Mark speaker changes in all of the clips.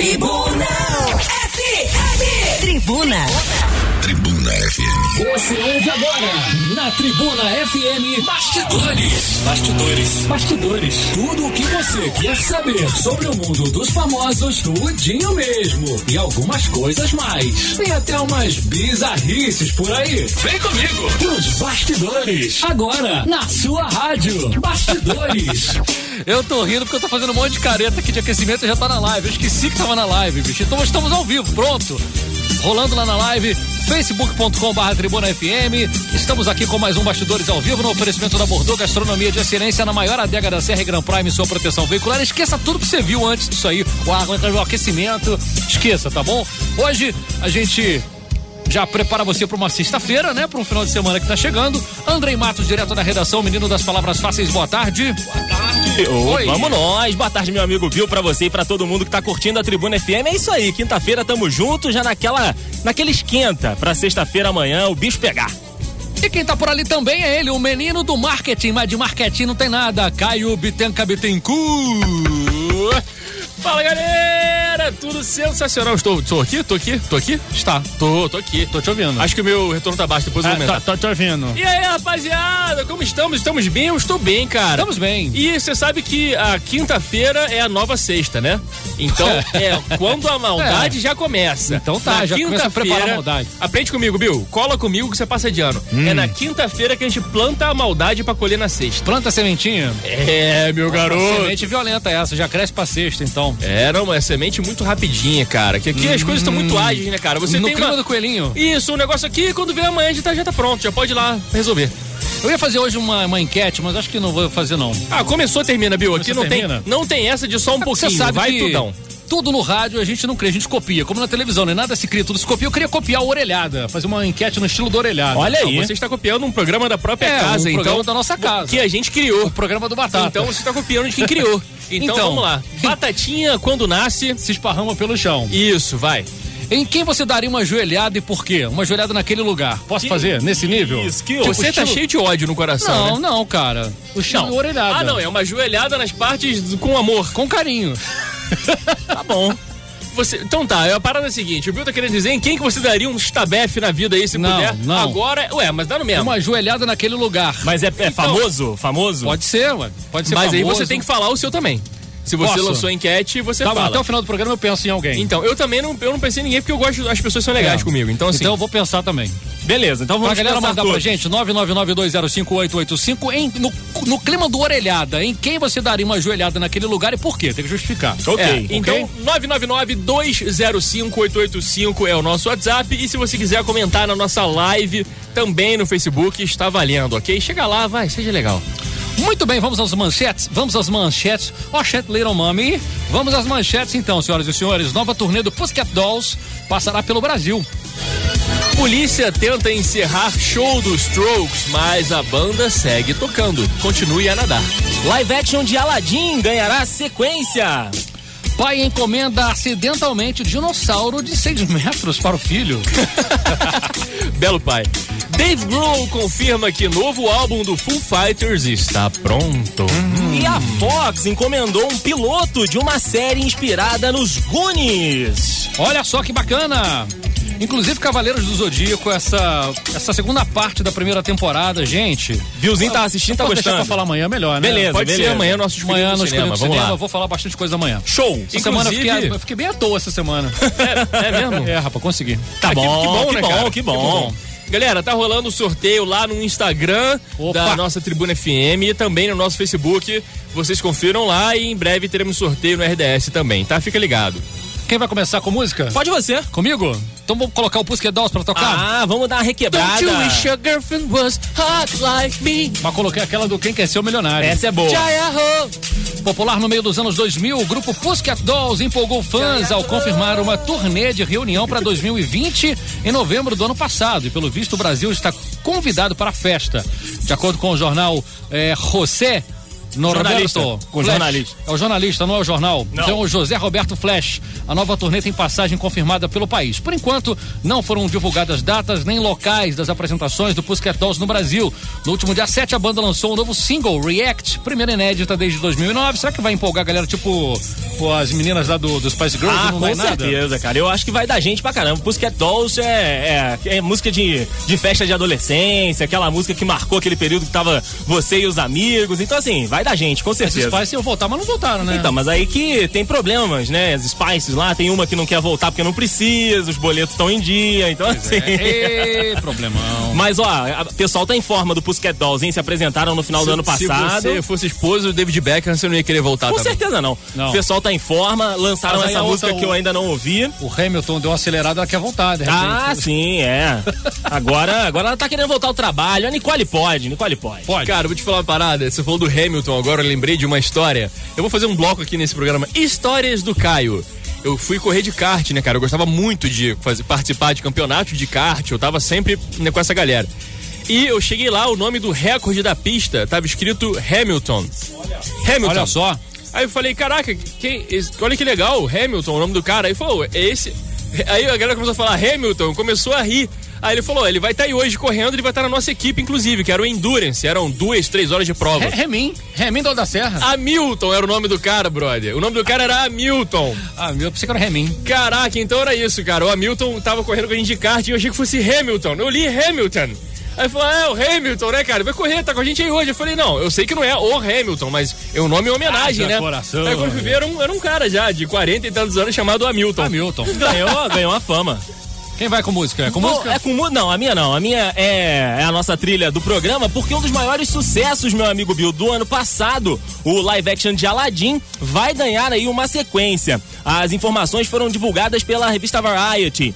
Speaker 1: Tribunal FM. Tribuna.
Speaker 2: Tribuna FM.
Speaker 3: Você ouve agora na Tribuna FM Bastidores. Bastidores. Bastidores. Tudo o que você quer saber sobre o mundo dos famosos, tudinho mesmo. E algumas coisas mais. Tem até umas bizarrices por aí. Vem comigo. Nos Bastidores. Agora, na sua rádio. Bastidores.
Speaker 4: Eu tô rindo porque eu tô fazendo um monte de careta aqui de aquecimento e já tá na live. Eu esqueci que tava na live, bicho. Então estamos ao vivo, pronto. Rolando lá na live, facebook.com.br Tribuna FM. Estamos aqui com mais um Bastidores ao vivo no oferecimento da Bordeaux Gastronomia de Excelência na maior adega da Serra e Grand Prime, sua proteção veicular. Esqueça tudo que você viu antes disso aí, o ar, o aquecimento. Esqueça, tá bom? Hoje a gente já prepara você para uma sexta-feira, né? Para um final de semana que tá chegando. Andrei Matos, direto da redação, menino das palavras fáceis, boa tarde. Boa tarde. Oi.
Speaker 5: Vamos nós, boa tarde meu amigo Viu pra você e pra todo mundo que tá curtindo a Tribuna FM. É isso aí, quinta-feira tamo junto, já naquela naquele esquenta pra sexta-feira amanhã o bicho pegar.
Speaker 4: E quem tá por ali também é ele, o menino do marketing, mas de marketing não tem nada. Caio Bitenca Bittencourt.
Speaker 6: Fala galera, tudo sensacional. Estou, estou aqui, tô aqui, tô aqui, está, tô, tô aqui.
Speaker 4: Tô te ouvindo. Ah,
Speaker 6: Acho que o meu retorno tá baixo, depois eu vou aumentar.
Speaker 7: Tô te ouvindo.
Speaker 6: E aí, rapaziada, como estamos? Estamos bem? Eu estou bem, cara.
Speaker 4: Estamos bem.
Speaker 6: E você sabe que a quinta-feira é a nova sexta, né? Então, é quando a maldade já começa.
Speaker 4: Então tá, já começa a preparar a
Speaker 6: quinta-feira-
Speaker 4: maldade.
Speaker 6: Aprende comigo, Bill. Cola comigo que você passa de ano.
Speaker 5: Hum.
Speaker 6: É na quinta-feira que a gente planta a maldade pra colher na sexta.
Speaker 4: Planta a sementinha.
Speaker 6: É, meu garoto.
Speaker 4: Semente violenta essa, já cresce pra sexta, então.
Speaker 6: É, não, é semente muito rapidinha, cara. Que aqui as coisas estão muito ágeis, né, cara? Você
Speaker 4: Hum. no
Speaker 6: tem
Speaker 4: clima
Speaker 6: uma...
Speaker 4: do coelhinho.
Speaker 6: Isso, um negócio aqui, quando vem amanhã já tá, já tá pronto, já pode ir lá resolver.
Speaker 4: Eu ia fazer hoje uma, uma enquete, mas acho que não vou fazer, não.
Speaker 6: Ah, começou, termina, Bill. Aqui
Speaker 4: Começou,
Speaker 6: não tem,
Speaker 4: termina.
Speaker 6: não tem essa de só um pouquinho.
Speaker 4: Você sabe
Speaker 6: vai
Speaker 4: que
Speaker 6: tudão.
Speaker 4: Tudo no rádio a gente não crê, a gente copia. Como na televisão, né? Nada se cria, tudo se copia. Eu queria copiar a orelhada, fazer uma enquete no estilo do Então, orelhada.
Speaker 5: Olha
Speaker 6: Não,
Speaker 5: aí.
Speaker 6: você está copiando um programa da própria
Speaker 4: É,
Speaker 6: casa,
Speaker 4: um
Speaker 6: então.
Speaker 4: programa da nossa casa.
Speaker 6: Que a gente criou.
Speaker 4: O programa do Batata.
Speaker 6: Então você está copiando de quem criou. Então,
Speaker 4: Então.
Speaker 6: vamos lá. Batatinha quando nasce.
Speaker 4: se esparrama pelo chão.
Speaker 6: Isso, vai.
Speaker 4: Em quem você daria uma joelhada e por quê? Uma joelhada naquele lugar. Posso fazer? Nesse nível? Tipo,
Speaker 5: Isso, que
Speaker 6: Você
Speaker 5: horror.
Speaker 6: tá cheio de ódio no coração.
Speaker 4: Não,
Speaker 6: né?
Speaker 4: não, cara. O chão e orelhada.
Speaker 6: Ah, não, é uma joelhada nas partes do- com amor.
Speaker 4: Com carinho.
Speaker 6: Tá bom. Você, então tá, a parada é a seguinte, o Bill tá querendo dizer em quem que você daria um stabefe na vida aí, se
Speaker 4: Não,
Speaker 6: puder.
Speaker 4: não.
Speaker 6: Agora, ué, mas dá no mesmo. Então,
Speaker 4: Uma joelhada naquele lugar.
Speaker 5: Mas é, é famoso, famoso.
Speaker 4: Pode ser, ué. Pode ser
Speaker 6: Mas aí
Speaker 4: famoso.
Speaker 6: você tem que falar o seu também. Se você
Speaker 4: Posso?
Speaker 6: lançou a enquete, você
Speaker 4: Tá bom,
Speaker 6: fala.
Speaker 4: até o final do programa eu penso em alguém.
Speaker 6: Então, eu também não, eu não pensei em ninguém porque eu gosto, as pessoas são legais
Speaker 4: É.
Speaker 6: comigo. Então, assim,
Speaker 4: Então eu vou pensar também.
Speaker 5: Beleza, então
Speaker 4: Pra
Speaker 5: vamos
Speaker 4: galera
Speaker 5: pensar
Speaker 4: mandar pra
Speaker 5: todos.
Speaker 4: gente, 999205885, em, no, no clima do orelhada, em quem você daria uma joelhada naquele lugar e por quê? Tem que justificar.
Speaker 5: Ok.
Speaker 6: É, Então, 999-205-885 é o nosso WhatsApp. E se você quiser comentar na nossa live, também no Facebook, está valendo, ok? Chega lá, vai, seja legal.
Speaker 4: Muito bem, vamos às manchetes. Vamos às manchetes. Ó, Chet Little Mommy. Vamos às manchetes então, senhoras e senhores. Nova turnê do Pussycat Dolls passará pelo Brasil.
Speaker 6: Polícia tenta encerrar show dos Strokes, mas a banda segue tocando. Continue a nadar.
Speaker 5: Live action de Aladdin ganhará sequência.
Speaker 4: Pai encomenda acidentalmente dinossauro de 6 metros para o filho.
Speaker 6: Belo pai. Dave Grohl confirma que novo álbum do Foo Fighters está pronto.
Speaker 5: E a Fox encomendou um piloto de uma série inspirada nos Goonies.
Speaker 4: Olha só que bacana! Inclusive, Cavaleiros do Zodíaco, essa, essa segunda parte da primeira temporada, gente.
Speaker 5: Billzinho tá assistindo, tá
Speaker 4: Posso deixar pra
Speaker 5: gostando.
Speaker 4: falar amanhã, melhor, né?
Speaker 5: Beleza,
Speaker 6: Pode ser
Speaker 5: beleza.
Speaker 6: amanhã nosso escolhido
Speaker 4: Amanhã
Speaker 6: do
Speaker 4: no Escolhido
Speaker 6: cinema.
Speaker 4: do
Speaker 6: Vamos
Speaker 4: Cinema,
Speaker 6: lá.
Speaker 4: eu vou falar bastante coisa amanhã.
Speaker 5: Show.
Speaker 4: Essa semana eu fiquei, eu
Speaker 6: Inclusive-
Speaker 4: fiquei bem à toa essa semana.
Speaker 6: É mesmo?
Speaker 4: É, rapaz, consegui.
Speaker 6: Ah,
Speaker 5: Tá
Speaker 6: que-
Speaker 5: bom, que bom, que,
Speaker 6: né,
Speaker 5: bom
Speaker 6: cara?
Speaker 5: que bom.
Speaker 6: Galera, tá rolando o sorteio lá no Instagram
Speaker 4: Opa.
Speaker 6: da nossa Tribuna FM e também no nosso Facebook. Vocês confiram lá e em breve teremos sorteio no RDS também, tá? Fica ligado.
Speaker 4: Quem vai começar com música?
Speaker 5: Pode você.
Speaker 4: Comigo? Então vou colocar o Pussycat Dolls pra tocar?
Speaker 5: Ah, vamos dar uma requebrada.
Speaker 6: your girlfriend was hot like me?
Speaker 4: Mas coloquei aquela do Quem Quer Ser o Milionário.
Speaker 5: Essa é boa.
Speaker 4: Popular no meio dos anos 2000, o grupo Pussycat Dolls empolgou fãs ao confirmar uma turnê de reunião para 2020 em novembro do ano passado. E pelo visto o Brasil está convidado para a festa. De acordo com o jornal eh, José, Norberto
Speaker 5: Jornalista. Com
Speaker 4: Flash.
Speaker 5: jornalista.
Speaker 4: É o jornalista, não é o jornal.
Speaker 5: Não.
Speaker 4: Então, o José Roberto Flash. A nova turnê tem passagem confirmada pelo país. Por enquanto, não foram divulgadas datas nem locais das apresentações do Pussycat Dolls no Brasil. No último dia 7, a banda lançou um novo single, React, primeira inédita desde 2009. Será que vai empolgar a galera, tipo, pô, as meninas lá do, do Spice Girls?
Speaker 5: Ah,
Speaker 4: não vai
Speaker 5: com
Speaker 4: nada?
Speaker 5: certeza, cara. Eu acho que vai dar gente pra caramba. Pussycat Dolls é, é, é música de, de festa de adolescência, aquela música que marcou aquele período que tava você e os amigos. Então, assim, vai dar gente, com
Speaker 4: As
Speaker 5: certeza.
Speaker 4: Spice iam voltar, mas não voltaram, né?
Speaker 5: Então, mas aí que tem problemas, né? As Spices lá, tem uma que não quer voltar porque não precisa, os boletos estão em dia, então assim.
Speaker 4: É, Ê, problemão.
Speaker 5: Mas ó, a- o pessoal tá em forma do Pussycat Dolls, hein? Se apresentaram no final do ano passado.
Speaker 4: tá
Speaker 6: Se você fosse esposa do David Beckham, você É não ia querer voltar
Speaker 5: Com
Speaker 6: também.
Speaker 5: certeza não.
Speaker 4: Não.
Speaker 5: O pessoal tá em forma, lançaram
Speaker 4: Mas aí
Speaker 5: essa
Speaker 4: a outra,
Speaker 5: música que eu
Speaker 4: o-
Speaker 5: ainda não ouvi.
Speaker 4: O Hamilton deu uma acelerada, ela quer voltar, de repente.
Speaker 5: Ah, sim, é. Agora, agora ela tá querendo voltar ao trabalho. A Nicole pode, Nicole pode.
Speaker 4: Pode.
Speaker 6: Cara, eu vou te falar uma parada. Você falou do Hamilton agora, eu lembrei de uma história. Eu vou fazer um bloco aqui nesse programa. Histórias do Caio. Eu fui correr de kart, né, cara? Eu gostava muito de fazer, participar de campeonato de kart. Eu tava sempre né, com essa galera. E eu cheguei lá, o nome do recorde da pista tava escrito Hamilton. Hamilton.
Speaker 5: então.
Speaker 4: Olha só.
Speaker 6: Aí eu falei, caraca, quem, esse- olha que legal, Hamilton, o nome do cara. Aí falou, é esse. Aí a galera começou a falar Hamilton, começou a rir. Aí ele falou, ele vai estar aí hoje correndo, ele vai estar na nossa equipe, inclusive, que era o Endurance, eram duas, três horas de prova.
Speaker 4: Re- Remin, Remin da da Serra.
Speaker 6: Hamilton era o nome do cara, brother. O nome do cara era Hamilton.
Speaker 4: Ah, meu, pensei que era Remin.
Speaker 6: Caraca, então era isso, cara. O Hamilton tava correndo com a Indy kart e eu achei que fosse Hamilton. Eu li Hamilton. Aí falou, ah, é o Hamilton, né, cara? Vai correr, tá com a gente aí hoje. Eu falei, não, eu sei que não é o Hamilton, mas é o nome em homenagem,
Speaker 4: Haja
Speaker 6: né?
Speaker 4: coração.
Speaker 6: Aí quando fui ver, era um, era um cara já de 40 e tantos anos chamado Hamilton.
Speaker 4: Hamilton.
Speaker 5: Ganhou, ganhou a fama.
Speaker 4: Quem vai com música? Com
Speaker 5: Bom,
Speaker 4: música?
Speaker 5: É com mu- Não, a minha não. A minha é, é a nossa trilha do programa, porque um dos maiores sucessos, meu amigo Bill, do ano passado, o live action de Aladdin, vai ganhar aí uma sequência. As informações foram divulgadas pela revista Variety.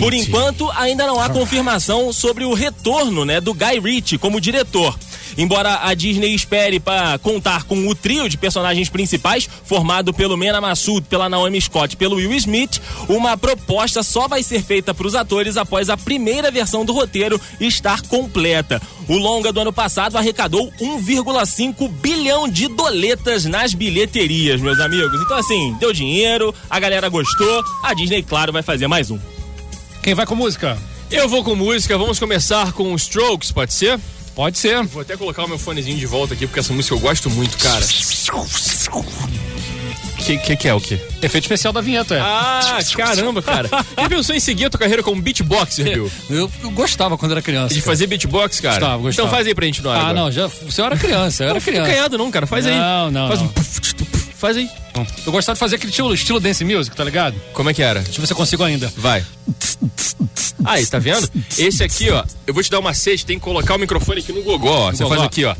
Speaker 5: Por enquanto, ainda não há confirmação sobre o retorno né, do Guy Ritchie como diretor. Embora a Disney espere para contar com o trio de personagens principais, formado pelo Mena Massoud, pela Naomi Scott e pelo Will Smith, uma proposta só vai ser feita para os atores após a primeira versão do roteiro estar completa. O longa do ano passado arrecadou 1,5 bilhão de doletas nas bilheterias, meus amigos. Então, assim, deu dinheiro, a galera gostou, a Disney, claro, vai fazer mais um.
Speaker 4: Quem vai com música?
Speaker 6: Eu vou com música, vamos começar com os Strokes, pode ser?
Speaker 4: Pode ser.
Speaker 6: Vou até colocar o meu fonezinho de volta aqui, porque essa música eu gosto muito, cara. Que que, que é o quê?
Speaker 4: Efeito especial da vinheta, é.
Speaker 6: Ah, caramba, cara. Você pensou em seguir a tua carreira como beatboxer, Bill?
Speaker 4: Eu, eu gostava quando era criança.
Speaker 6: De
Speaker 4: cara.
Speaker 6: fazer beatbox, cara?
Speaker 4: Gostava, gostava.
Speaker 6: Então faz aí pra gente na hora.
Speaker 4: Ah,
Speaker 6: agora.
Speaker 4: não, já, você era criança, eu era
Speaker 6: Não
Speaker 4: criança.
Speaker 6: fica canhado não, cara. Faz aí.
Speaker 4: Não, não,
Speaker 6: Faz um...
Speaker 4: não.
Speaker 6: puf, tch, puf. Faz aí.
Speaker 4: Eu gostava de fazer aquele estilo, estilo dance music, tá ligado?
Speaker 6: Como é que era?
Speaker 4: Deixa eu ver se eu consigo ainda.
Speaker 6: Vai. Aí, tá vendo? Esse aqui, ó. Eu vou te dar uma cesta, tem que colocar o microfone aqui no gogó, ó. Você
Speaker 4: gogó.
Speaker 6: faz aqui, ó.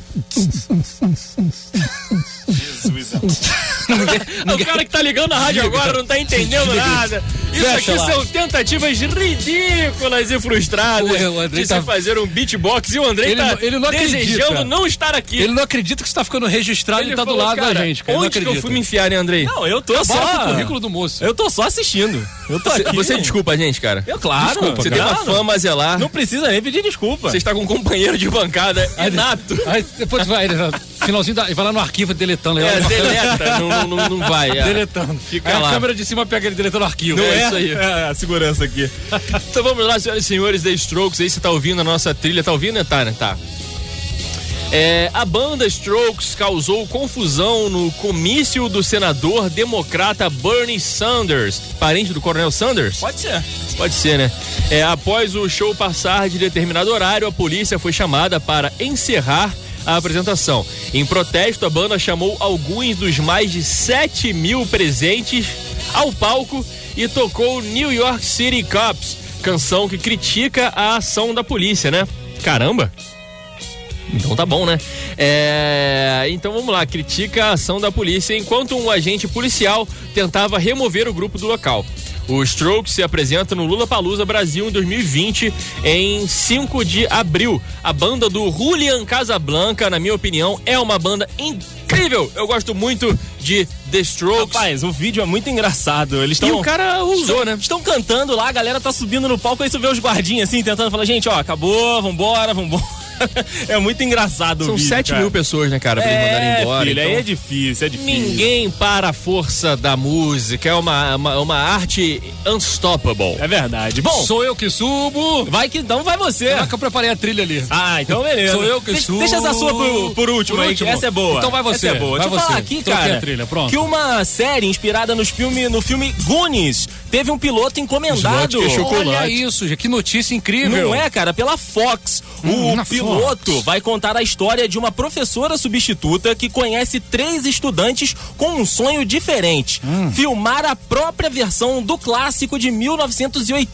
Speaker 6: O cara que tá ligando a rádio agora não tá entendendo nada. Isso
Speaker 4: Fecha
Speaker 6: aqui
Speaker 4: lá.
Speaker 6: são tentativas ridículas e frustradas
Speaker 4: O- o Andrei
Speaker 6: de
Speaker 4: tá-
Speaker 6: se fazer um beatbox e o Andrei
Speaker 4: Ele
Speaker 6: tá
Speaker 4: não- ele não
Speaker 6: desejando
Speaker 4: acredita.
Speaker 6: não estar aqui.
Speaker 4: Ele não acredita que você tá ficando registrado
Speaker 6: Ele
Speaker 4: e tá do
Speaker 6: falou,
Speaker 4: lado da
Speaker 6: cara,
Speaker 4: gente, cara. Ele
Speaker 6: Onde
Speaker 4: não
Speaker 6: que eu
Speaker 4: acredita.
Speaker 6: fui me enfiar, né, Andrei?
Speaker 5: Não, eu tô
Speaker 4: Bora pro
Speaker 5: só.
Speaker 4: currículo do moço.
Speaker 5: Eu tô só assistindo. Eu tô aqui.
Speaker 6: Você é desculpa a gente, cara.
Speaker 5: Eu, claro.
Speaker 6: Desculpa, você tem uma
Speaker 5: claro.
Speaker 6: fama a zelar.
Speaker 5: Não precisa nem pedir desculpa.
Speaker 6: Você está com um companheiro de bancada
Speaker 4: Aí de-
Speaker 6: inapto.
Speaker 4: Aí depois vai, ele vai- finalzinho, da, vai lá no arquivo deletando.
Speaker 6: É,
Speaker 4: ele vai-
Speaker 6: deleta. não, não, não vai. é.
Speaker 4: Deletando.
Speaker 6: Fica
Speaker 4: Aí
Speaker 6: lá.
Speaker 4: a câmera de cima pega ele deletando o arquivo.
Speaker 6: Não é?
Speaker 4: isso aí.
Speaker 5: É, a segurança aqui.
Speaker 6: Então vamos lá, senhoras e senhores, The Strokes. Aí você tá ouvindo a nossa trilha. Tá ouvindo, né? Tá, né? Tá. É, a banda Strokes causou confusão no comício do senador democrata Bernie Sanders, parente do Coronel Sanders.
Speaker 5: Pode ser.
Speaker 6: Pode ser, né? É, após o show passar de determinado horário, a polícia foi chamada para encerrar a apresentação. Em protesto, a banda chamou alguns dos mais de 7 mil presentes ao palco e tocou New York City Cops, canção que critica a ação da polícia, né? Caramba! Então tá bom, né? É, Então vamos lá, critica a ação da polícia enquanto um agente policial tentava remover o grupo do local. O Strokes se apresenta no Lula Palusa Brasil em 2020, em 5 de abril. A banda do Julian Casablanca, na minha opinião, é uma banda incrível. Eu gosto muito de The Strokes. Então,
Speaker 5: Rapaz, o vídeo é muito engraçado. Eles estão.
Speaker 6: e o cara
Speaker 5: estão,
Speaker 6: usou, né?
Speaker 5: Estão cantando lá, a galera tá subindo no palco, aí tu vê os guardinhas assim, tentando falar, gente, ó, acabou, vambora, vambora. é muito engraçado o
Speaker 6: São
Speaker 5: vídeo,
Speaker 6: 7
Speaker 5: cara.
Speaker 6: mil pessoas, né, cara, pra eles
Speaker 5: É,
Speaker 6: mandarem embora.
Speaker 5: filho, aí
Speaker 6: então-
Speaker 5: é difícil, é difícil.
Speaker 6: Ninguém para a força da música. É uma, uma, uma arte unstoppable.
Speaker 5: É verdade. Bom,
Speaker 4: Sou eu que subo.
Speaker 5: vai que então vai você.
Speaker 4: Será é que eu preparei a trilha ali?
Speaker 5: Ah, então beleza.
Speaker 4: Sou eu que
Speaker 5: deixa,
Speaker 4: subo.
Speaker 5: Deixa essa sua por, por último
Speaker 4: Por
Speaker 5: aí,
Speaker 4: último.
Speaker 5: que essa é boa.
Speaker 4: Então vai você,
Speaker 5: Essa é boa.
Speaker 4: vai
Speaker 5: Deixa eu falar
Speaker 4: você.
Speaker 5: aqui,
Speaker 4: Troquei
Speaker 5: cara,
Speaker 4: a trilha, pronto.
Speaker 5: que uma série inspirada nos filme, no filme Goonies teve um piloto
Speaker 6: Slot
Speaker 5: encomendado.
Speaker 6: que chocou.
Speaker 4: Olha
Speaker 6: chocolate.
Speaker 4: isso, gente, que notícia incrível.
Speaker 5: Não é, cara, pela Fox.
Speaker 4: Hum, na
Speaker 5: o piloto
Speaker 4: Fox.
Speaker 5: vai contar a história de uma professora substituta que conhece três estudantes com um sonho diferente:
Speaker 4: Hum.
Speaker 5: filmar a própria versão do clássico de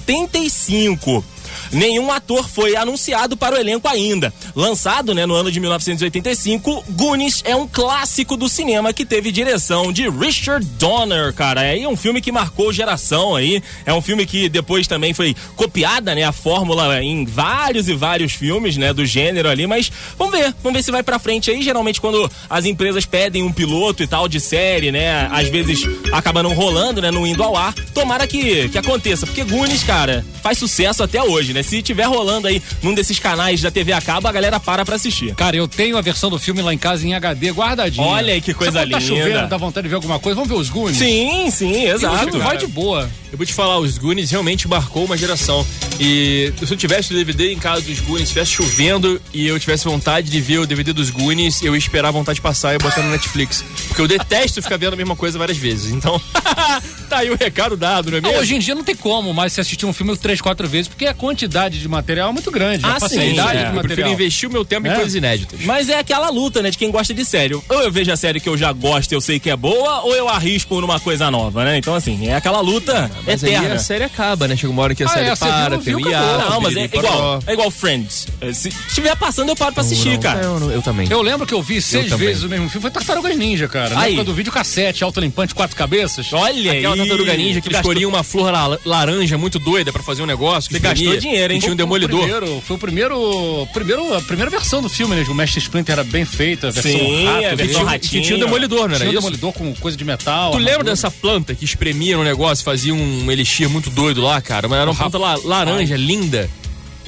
Speaker 5: 1985. Nenhum ator foi anunciado para o elenco ainda. Lançado né, no ano de 1985, Goonies é um clássico do cinema que teve direção de Richard Donner, cara. É aí um filme que marcou geração aí. É um filme que depois também foi copiada, né, a fórmula em vários e vários filmes, né, do gênero ali, mas vamos ver, vamos ver se vai pra frente aí. Geralmente quando as empresas pedem um piloto e tal de série, né, às vezes acaba não rolando, né, não indo ao ar. Tomara que, que aconteça, porque Goonies, cara, faz sucesso até hoje, né? Se tiver rolando aí num desses canais da TV a cabo, a galera para pra assistir.
Speaker 4: Cara, eu tenho a versão do filme lá em casa em HD guardadinha.
Speaker 5: Olha aí que coisa
Speaker 4: Sabe quando Tá
Speaker 5: linda.
Speaker 4: chovendo, dá vontade de ver alguma coisa. Vamos ver os Goonies.
Speaker 5: Sim, sim,
Speaker 4: E o
Speaker 5: exato.
Speaker 4: filme vai de boa.
Speaker 6: Eu vou te falar, os Goonies realmente marcou uma geração. E se eu tivesse o DVD em casa dos Goonies, estivesse chovendo e eu tivesse vontade de ver o DVD dos Goonies, eu ia esperar a vontade passar e ia botar no Netflix. Porque eu detesto ficar vendo a mesma coisa várias vezes. Então, tá aí o recado dado, não é
Speaker 4: Ah,
Speaker 6: mesmo?
Speaker 4: hoje em dia não tem como mais se assistir um filme três, quatro vezes, porque a quantidade de material é muito grande.
Speaker 5: Ah,
Speaker 4: a
Speaker 5: sim,
Speaker 4: facilidade
Speaker 5: é.
Speaker 4: de
Speaker 6: eu prefiro
Speaker 4: material.
Speaker 6: investir o meu tempo
Speaker 4: É?
Speaker 6: em coisas inéditas.
Speaker 5: Mas é aquela luta, né, de quem gosta de série. Ou eu vejo a série que eu já gosto e eu sei que é boa, ou eu arrisco numa coisa nova, né? Então, assim, é aquela luta
Speaker 6: Ah, Mas aí
Speaker 5: eterna.
Speaker 6: a série acaba, né? Chega uma hora que a
Speaker 4: Ah,
Speaker 6: série
Speaker 4: é, você
Speaker 6: para,
Speaker 4: viu,
Speaker 6: tem o
Speaker 4: viu,
Speaker 6: hiato.
Speaker 4: acabou.
Speaker 5: Não, mas é
Speaker 6: piriri,
Speaker 5: igual,
Speaker 6: poró.
Speaker 5: é igual Friends. É, Se estiver passando, eu paro pra assistir,
Speaker 6: Não,
Speaker 5: cara.
Speaker 6: Eu, eu também.
Speaker 4: Eu lembro que eu vi seis
Speaker 6: também.
Speaker 4: vezes o mesmo filme. Foi Tartarugas Ninja, cara. Na
Speaker 5: Aí.
Speaker 4: época do vídeo cassete, autolimpante, quatro cabeças.
Speaker 5: Olha aí.
Speaker 6: Aquela tartaruga ninja que
Speaker 5: Tu
Speaker 6: eles
Speaker 5: gastou-
Speaker 6: escolhiam uma flor la- laranja muito doida pra fazer um negócio. que
Speaker 5: Você gastou
Speaker 6: exprimia,
Speaker 5: dinheiro, hein?
Speaker 6: e Tinha um
Speaker 5: Foi
Speaker 6: demolidor.
Speaker 4: Foi o primeiro, foi o primeiro, primeiro- a primeira versão do filme, né? O Mestre Splinter era bem feita, a versão
Speaker 5: Sim,
Speaker 4: rato,
Speaker 5: a
Speaker 4: né?
Speaker 6: Que
Speaker 5: versão
Speaker 6: tinha,
Speaker 5: ratinho.
Speaker 6: que tinha um demolidor, não era
Speaker 4: Tinha um
Speaker 6: isso?
Speaker 4: demolidor com coisa de metal.
Speaker 6: Tu lembra
Speaker 4: armadura.
Speaker 6: dessa planta que espremia no negócio, fazia um elixir muito doido lá, cara? Mas era uma planta la- laranja, linda.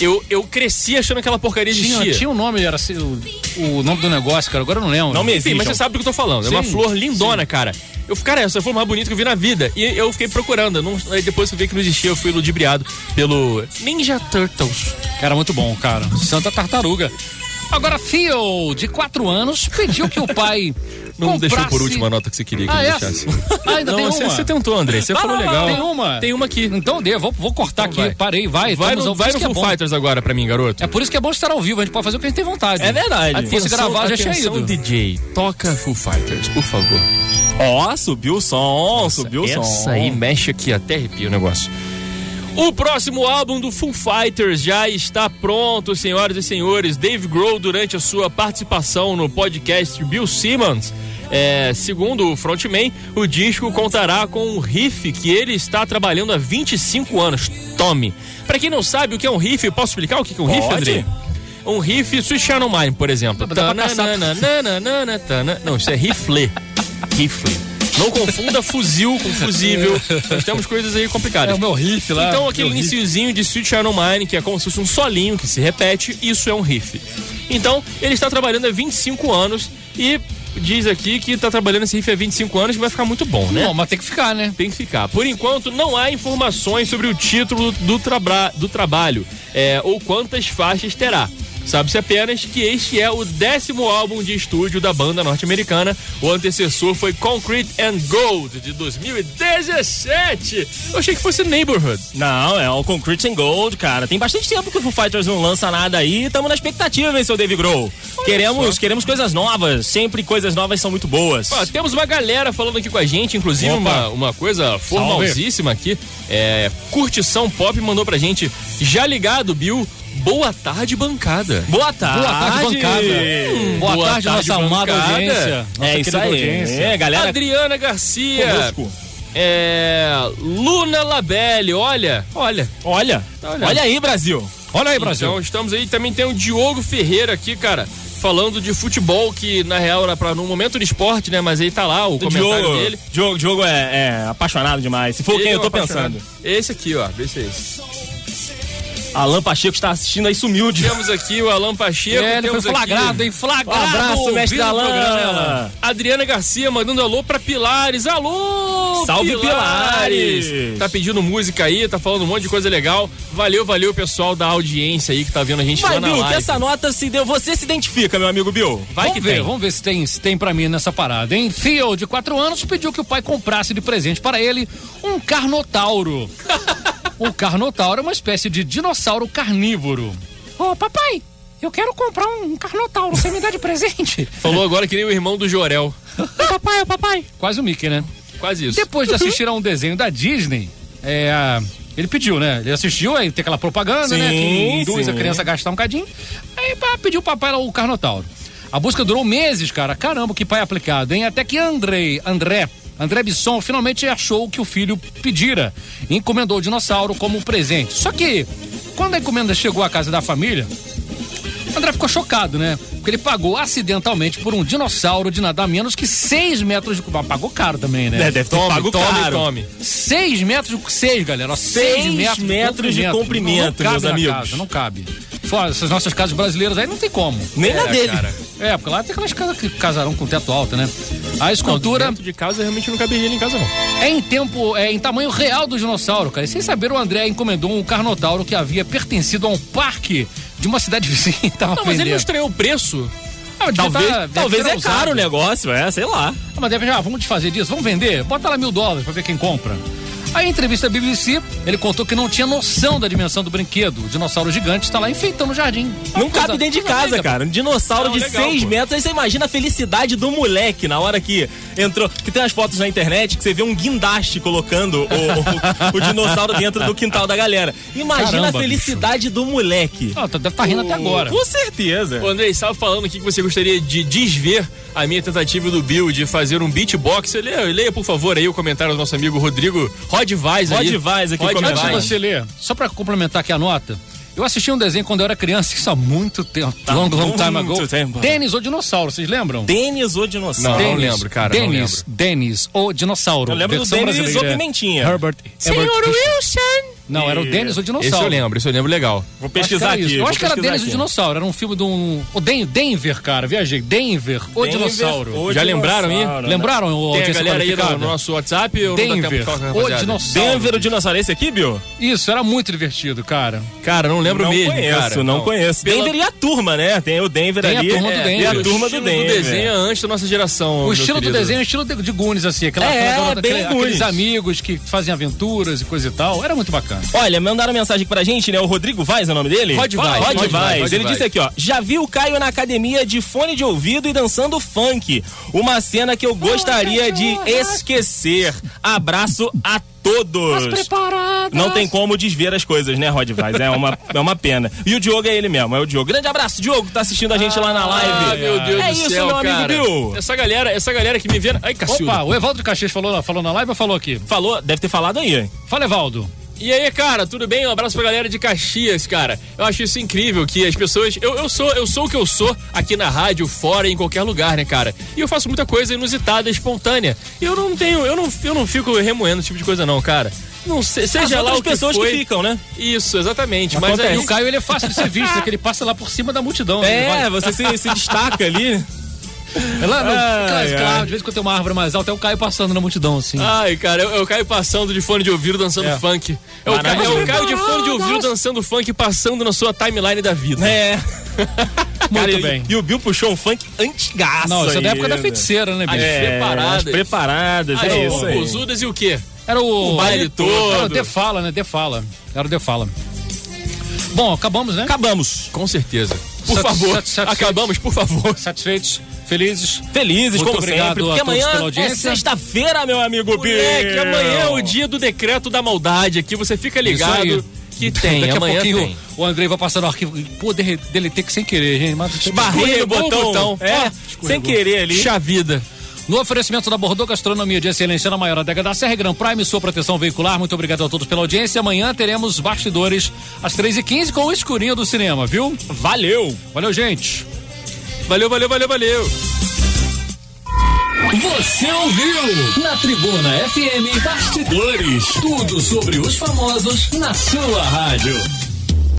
Speaker 6: Eu, eu cresci achando aquela porcaria
Speaker 4: Tinha,
Speaker 6: existia.
Speaker 4: tinha um nome, era assim, o, o nome do negócio, cara. Agora eu não lembro.
Speaker 5: Não me
Speaker 6: Enfim, mas
Speaker 5: exijam.
Speaker 6: você sabe do que eu tô falando. é uma
Speaker 4: Sim,
Speaker 6: flor lindona, cara. Eu, fiquei, cara, essa foi a flor mais bonita que eu vi na vida. E eu fiquei procurando. Não, aí depois que eu vi que não existia, eu fui ludibriado pelo Ninja Turtles.
Speaker 4: Cara, muito bom, cara. Santa Tartaruga. Agora, Theo, de 4 anos, pediu que o pai.
Speaker 6: Não
Speaker 4: comprasse...
Speaker 6: deixou por último a nota que você queria que
Speaker 4: Ah,
Speaker 6: eu
Speaker 4: é?
Speaker 6: deixasse.
Speaker 4: Ah, ainda tem
Speaker 6: não, você,
Speaker 4: uma.
Speaker 6: você tentou, André. Você
Speaker 4: Ah,
Speaker 6: falou
Speaker 4: não,
Speaker 6: legal.
Speaker 4: Tem uma.
Speaker 6: Tem uma aqui.
Speaker 4: Então dê, vou, vou cortar aqui.
Speaker 6: Então um- vai.
Speaker 4: Parei, vai.
Speaker 6: Vai
Speaker 4: estamos
Speaker 6: no,
Speaker 4: ao-
Speaker 6: vai
Speaker 4: por
Speaker 6: no
Speaker 4: isso que é
Speaker 6: Full
Speaker 4: bom.
Speaker 6: Fighters agora pra mim, garoto.
Speaker 4: É por isso que é bom estar ao vivo, a gente pode fazer o que a gente tem vontade.
Speaker 5: É verdade.
Speaker 4: Aí, pô, se gravar, já tinha
Speaker 6: atenção,
Speaker 4: ido.
Speaker 6: DJ, toca Full Fighters, por favor.
Speaker 5: Ó, subiu o som, subiu o som.
Speaker 6: Essa aí mexe aqui, até arrepia o negócio. O próximo álbum do Full Fighters já está pronto, senhoras e senhores. Dave Grohl, durante a sua participação no podcast Bill Simmons, é, segundo o frontman, o disco contará com um riff que ele está trabalhando há 25 anos. Tome! Pra quem não sabe o que é um riff, posso explicar o que é um riff,
Speaker 5: Pode.
Speaker 6: André? Um riff Sweet Channel Mine, por exemplo.
Speaker 4: Dá pra caçar.
Speaker 6: Tananana, tana- Não, isso é rifle. Rifle. Não confunda fuzil com fusível. Nós temos coisas aí
Speaker 4: É
Speaker 6: complicadas.
Speaker 4: o meu riff lá.
Speaker 6: Então,
Speaker 4: meu
Speaker 6: aquele
Speaker 4: riff.
Speaker 6: iniciozinho de Sweet Iron Mine, que é como se fosse um solinho que se repete, isso é um riff. Então, ele está trabalhando há 25 anos e diz aqui que está trabalhando esse riff há 25 anos e vai ficar muito bom, né?
Speaker 4: Não, mas tem que ficar, né?
Speaker 6: Tem que ficar. Por enquanto, não há informações sobre o título do, trabra- do trabalho é, ou quantas faixas terá. Sabe-se apenas que este é o décimo álbum de estúdio da banda norte-americana. O antecessor foi Concrete and Gold, de 2017. Eu achei que fosse Neighborhood.
Speaker 5: Não, é o Concrete and Gold, cara. Tem bastante tempo que o Foo Fighters não lança nada aí. Estamos na expectativa, hein, seu Dave Grohl. Queremos, queremos coisas novas. Sempre coisas novas são muito boas.
Speaker 6: Ó, temos uma galera falando aqui com a gente, inclusive
Speaker 4: Opa.
Speaker 6: uma, uma coisa formalzíssima aqui. É, Curtição Pop mandou pra gente. Já ligado, Bill. Boa tarde, bancada.
Speaker 5: Boa tarde.
Speaker 4: Boa tarde, bancada. Hum, boa,
Speaker 6: Boa
Speaker 4: tarde,
Speaker 6: tarde,
Speaker 4: nossa amada
Speaker 6: bancada.
Speaker 4: audiência. Nossa
Speaker 5: É isso
Speaker 4: querida
Speaker 5: aí.
Speaker 4: audiência.
Speaker 5: É, galera.
Speaker 6: Adriana Garcia.
Speaker 5: conosco.
Speaker 6: É, Luna Labelle, olha, olha.
Speaker 5: Olha,
Speaker 6: olhando.
Speaker 5: olha Tá aí, Brasil.
Speaker 4: Olha aí, Brasil.
Speaker 6: Então estamos aí, também tem o Diogo Ferreira aqui, cara, falando de futebol, que na real era pra num momento de esporte, né? Mas aí tá lá
Speaker 5: Então,
Speaker 6: o comentário
Speaker 5: Diogo,
Speaker 6: dele.
Speaker 5: Diogo, Diogo é, é apaixonado demais. Se for
Speaker 6: Ele
Speaker 5: quem
Speaker 6: é
Speaker 5: eu tô
Speaker 6: apaixonado.
Speaker 5: pensando.
Speaker 6: Esse aqui, ó, vê se é esse.
Speaker 5: Alan Pacheco está assistindo aí, sumiu de.
Speaker 6: Temos aqui o Alan Pacheco.
Speaker 4: É, ele foi
Speaker 6: temos aqui-
Speaker 4: flagrado, hein? Flagrado.
Speaker 5: Um abraço,
Speaker 4: ouvindo
Speaker 5: mestre
Speaker 4: o
Speaker 5: Alan.
Speaker 4: programa, Alan.
Speaker 6: Adriana Garcia mandando alô pra Pilares. Alô!
Speaker 5: Salve, Pilares!
Speaker 6: Tá pedindo música aí, tá falando um monte de coisa legal. Valeu, valeu, pessoal da audiência aí que tá vendo a gente
Speaker 5: Vai,
Speaker 6: lá na
Speaker 5: Bill, que
Speaker 6: live.
Speaker 5: essa nota se deu. Você se identifica, meu amigo Bill. Vai
Speaker 4: vamos
Speaker 5: que
Speaker 4: ver,
Speaker 5: tem.
Speaker 4: vamos ver se tem, se tem pra mim nessa parada, hein? Theo, de 4 anos, pediu que o pai comprasse de presente para ele um carnotauro. o carnotauro é uma espécie de dinossauro carnívoro. Ô, papai, eu quero comprar um carnotauro, você me dá de presente?
Speaker 6: Falou agora que nem o irmão do Jorel.
Speaker 4: papai, ô, papai. Quase o Mickey, né?
Speaker 6: Quase isso.
Speaker 4: Depois de assistir a um desenho da Disney, é, a- ele pediu, né? Ele assistiu, aí tem aquela propaganda, né? Que
Speaker 5: Sim,
Speaker 4: induz a
Speaker 5: sim.
Speaker 4: criança a gastar um cadinho. Aí pá, pediu o papai lá o Carnotauro. A busca durou meses, cara. Caramba, que pai aplicado, hein? Até que Andrei, André, André Bisson finalmente achou o que o filho pedira e encomendou o dinossauro como um presente. Só que, quando a encomenda chegou à casa da família, André ficou chocado, né? Porque ele pagou acidentalmente por um dinossauro de nada menos que 6 metros de. Mas Pagou caro também, né?
Speaker 5: É, deve ter
Speaker 6: Tome,
Speaker 5: pago
Speaker 6: tome,
Speaker 5: caro.
Speaker 6: tome.
Speaker 4: 6 metros, 6 galera, 6
Speaker 5: Seis
Speaker 4: metros,
Speaker 5: metros de comprimento,
Speaker 4: não cabe
Speaker 5: meus
Speaker 4: na
Speaker 5: amigos.
Speaker 4: Casa, não cabe. Fora essas nossas casas brasileiras aí não tem como.
Speaker 5: Nem na
Speaker 6: É,
Speaker 5: dele.
Speaker 6: cara.
Speaker 4: É, porque lá tem aquelas casas que casarão com teto alto, né? A escultura
Speaker 6: Dentro de casa realmente não caberia ele em casa, não.
Speaker 4: é em tempo, é em tamanho real do dinossauro, cara. E sem saber, o André encomendou um carnotauro que havia pertencido a um parque de uma cidade vizinha. e Tava
Speaker 6: Não, mas ele não
Speaker 4: vendendo.
Speaker 6: estranhou o preço.
Speaker 4: Ah, devia
Speaker 5: Talvez,
Speaker 4: tá- deve
Speaker 5: talvez
Speaker 4: ser
Speaker 5: é
Speaker 4: ousado.
Speaker 5: caro o negócio, é, sei lá.
Speaker 4: Ah, Mas deve, ah, vamos desfazer disso, vamos vender, bota lá mil dólares pra ver quem compra. Aí, em entrevista à BBC, ele contou que não tinha noção da dimensão do brinquedo. O dinossauro gigante está lá enfeitando o jardim. Uma
Speaker 5: Não
Speaker 4: coisa-
Speaker 5: cabe dentro de
Speaker 4: coisa
Speaker 5: casa,
Speaker 4: linda.
Speaker 5: cara. Um dinossauro
Speaker 6: Não,
Speaker 5: de
Speaker 6: legal,
Speaker 5: 6
Speaker 6: pô.
Speaker 5: metros. Aí você imagina a felicidade do moleque na hora que entrou. Que tem umas fotos na internet que você vê um guindaste colocando o, o- o dinossauro dentro do quintal da galera. Imagina
Speaker 4: Caramba,
Speaker 5: a felicidade do moleque.
Speaker 4: Ah, tá- deve estar rindo até agora.
Speaker 5: Com certeza.
Speaker 6: Ô, Andrei, estava falando aqui que você gostaria de desver a minha tentativa do Bill de fazer um beatbox. Leia, leia por favor, aí o comentário do nosso amigo Rodrigo Rod Vaz. aí.
Speaker 5: Rod Vaz aqui
Speaker 6: Rod
Speaker 5: comentando.
Speaker 4: Antes de
Speaker 6: Vaz.
Speaker 4: você ler, só pra complementar aqui a nota, eu assisti um desenho quando eu era criança, isso há muito tempo. long, long time
Speaker 5: muito
Speaker 4: ago.
Speaker 5: tempo.
Speaker 4: Denis ou dinossauro, vocês lembram?
Speaker 5: Denis ou dinossauro?
Speaker 6: Não, não lembro, cara, não
Speaker 4: Denis, Denis ou dinossauro.
Speaker 5: Eu lembro do
Speaker 4: versão
Speaker 5: Denis
Speaker 4: brasileira.
Speaker 5: ou Pimentinha.
Speaker 4: Herbert. Herbert
Speaker 5: Wilson!
Speaker 4: Não, era o Denis ou
Speaker 6: Esse eu
Speaker 4: dinossauro.
Speaker 6: lembro, esse eu lembro legal.
Speaker 5: Vou
Speaker 4: Eu acho que
Speaker 5: pesquisar
Speaker 4: era
Speaker 5: aqui.
Speaker 4: isso. Eu
Speaker 5: vou
Speaker 4: acho que era
Speaker 5: pesquisar
Speaker 4: Denis o
Speaker 5: aqui.
Speaker 4: Dinossauro. Era um filme de um. O Den- Denver, cara. Viajei. Denver, o
Speaker 5: Denver,
Speaker 4: dinossauro.
Speaker 5: o
Speaker 6: Já lembraram aí?
Speaker 5: dinossauro, né?
Speaker 4: Lembraram o
Speaker 6: Tem a
Speaker 4: audiência
Speaker 6: galera aí no,
Speaker 4: qualificada?
Speaker 6: no nosso WhatsApp ou no da
Speaker 4: Denver,
Speaker 6: Capital,
Speaker 4: o
Speaker 6: rapaziada?
Speaker 4: dinossauro.
Speaker 5: Denver o dinossauro. É Esse aqui, Bill?
Speaker 4: Isso, era muito divertido, cara.
Speaker 6: Cara, não lembro
Speaker 5: não
Speaker 6: mesmo,
Speaker 5: conheço,
Speaker 6: cara.
Speaker 5: não conheço.
Speaker 6: Pela-
Speaker 5: Denver e a turma, né? Tem o Denver
Speaker 4: Tem a
Speaker 5: ali.
Speaker 4: turma do
Speaker 5: é,
Speaker 4: Denver.
Speaker 5: E a
Speaker 6: O
Speaker 5: turma do
Speaker 6: estilo
Speaker 5: Denver.
Speaker 6: desenho é antes da nossa geração.
Speaker 4: O
Speaker 6: meu
Speaker 4: estilo do
Speaker 6: querido.
Speaker 4: desenho é estilo de, de Goonies, assim. Aquela,
Speaker 5: É,
Speaker 4: aquela
Speaker 5: bem
Speaker 4: aquele- aqueles
Speaker 5: Goonies.
Speaker 4: amigos que fazem aventuras e coisa e tal. Era muito bacana.
Speaker 5: Olha, mandaram mensagem aqui pra gente, né? O Rodrigo Vaz é o nome dele?
Speaker 6: Rod Vaz,
Speaker 5: Rod
Speaker 6: Rod
Speaker 5: Vaz.
Speaker 6: Vaz,
Speaker 5: Ele
Speaker 6: Vaz.
Speaker 5: disse aqui, ó. Já vi o Caio na academia de fone de ouvido e dançando funk. Uma cena que eu gostaria de esquecer. Abraço a todos. Não tem como desver as coisas, né, Rod Vaz? É uma, é uma pena. E o Diogo é ele mesmo, é o Diogo. Grande abraço, Diogo, tá assistindo a gente lá na live.
Speaker 6: Ah, meu Deus
Speaker 5: é
Speaker 6: do
Speaker 5: isso,
Speaker 6: céu,
Speaker 5: meu amigo
Speaker 6: cara.
Speaker 5: Bill.
Speaker 6: Essa galera, essa galera que me vê... Ai, Cacilda.
Speaker 5: né?
Speaker 4: Opa, o Evaldo de Caxias falou, falou na live ou falou aqui?
Speaker 5: Falou, deve ter falado aí, hein?
Speaker 4: Fala, Evaldo.
Speaker 6: E aí, cara, tudo bem? Um abraço pra galera de Caxias, cara. Eu acho isso incrível que as pessoas. Eu, eu sou eu sou o que eu sou aqui na rádio, fora, em qualquer lugar, né, cara? E eu faço muita coisa inusitada, espontânea. E eu não tenho. Eu não, eu não fico remoendo esse tipo de coisa, não, cara. Não sei,
Speaker 5: As
Speaker 6: seja lá
Speaker 5: outras
Speaker 6: o que
Speaker 5: pessoas
Speaker 6: foi.
Speaker 5: que ficam, né?
Speaker 6: Isso, exatamente. Mas
Speaker 5: Acontece.
Speaker 6: aí,
Speaker 4: E o Caio, ele é fácil de ser visto, porque ele passa lá por cima da multidão. né? Ele vai-
Speaker 5: É, você se, se destaca ali.
Speaker 4: Lá no,
Speaker 5: Ai,
Speaker 4: claro,
Speaker 5: ai.
Speaker 4: de vez em quando tem uma árvore mais alta, é o Caio passando na multidão, assim.
Speaker 6: Ai, cara, eu, eu caio passando de fone de ouvido dançando
Speaker 5: É.
Speaker 6: funk. É o, Caio, é o Caio de fone de ouvido dançando funk passando na sua timeline da vida.
Speaker 5: É. Cara, e-
Speaker 4: bem.
Speaker 5: E, o Bill puxou um funk antigaço.
Speaker 4: Não, isso é da
Speaker 5: aí,
Speaker 4: época da
Speaker 5: né?
Speaker 4: feiticeira, né, bicho?
Speaker 5: É,
Speaker 6: Preparadas.
Speaker 5: as preparadas,
Speaker 6: Aí,
Speaker 5: é
Speaker 6: o-
Speaker 5: isso aí.
Speaker 6: os Udas e o quê?
Speaker 4: Era o.
Speaker 6: O baile todo.
Speaker 4: Era o Defala, né? Defala. Era o Defala. Bom, acabamos, né?
Speaker 5: Acabamos.
Speaker 6: Com certeza. Por
Speaker 4: Sat-
Speaker 6: favor,
Speaker 4: sat- satisfeito.
Speaker 6: acabamos, por favor.
Speaker 4: Satisfeitos, felizes.
Speaker 5: Felizes,
Speaker 4: Muito
Speaker 5: como
Speaker 4: obrigado
Speaker 5: sempre.
Speaker 4: a
Speaker 5: Porque
Speaker 4: todos pela
Speaker 5: amanhã é
Speaker 4: audiência.
Speaker 5: sexta-feira, meu amigo
Speaker 6: Moleque,
Speaker 5: Bill.
Speaker 6: amanhã é o dia do decreto da maldade aqui, você fica
Speaker 4: Isso aí.
Speaker 6: ligado que tem,
Speaker 4: Daqui a
Speaker 6: amanhã
Speaker 4: pouquinho
Speaker 6: tem.
Speaker 4: o Andrei vai passar no arquivo. Pô, derre- deletei que sem querer, gente. Mas...
Speaker 5: Barrei o
Speaker 6: Escorregou o
Speaker 5: botão.
Speaker 6: botão.
Speaker 5: É,
Speaker 6: Ah,
Speaker 5: sem querer ali.
Speaker 6: Chavida.
Speaker 4: No oferecimento da Bordeaux Gastronomia de Excelência na maior adega da Serra Gran Prime, sua proteção veicular. Muito obrigado a todos pela audiência. Amanhã teremos bastidores às 3h15 com o escurinho do cinema, viu?
Speaker 5: Valeu.
Speaker 4: Valeu, gente.
Speaker 6: Valeu, valeu, valeu, valeu.
Speaker 3: Você ouviu na Tribuna FM Bastidores. Tudo sobre os famosos na sua rádio.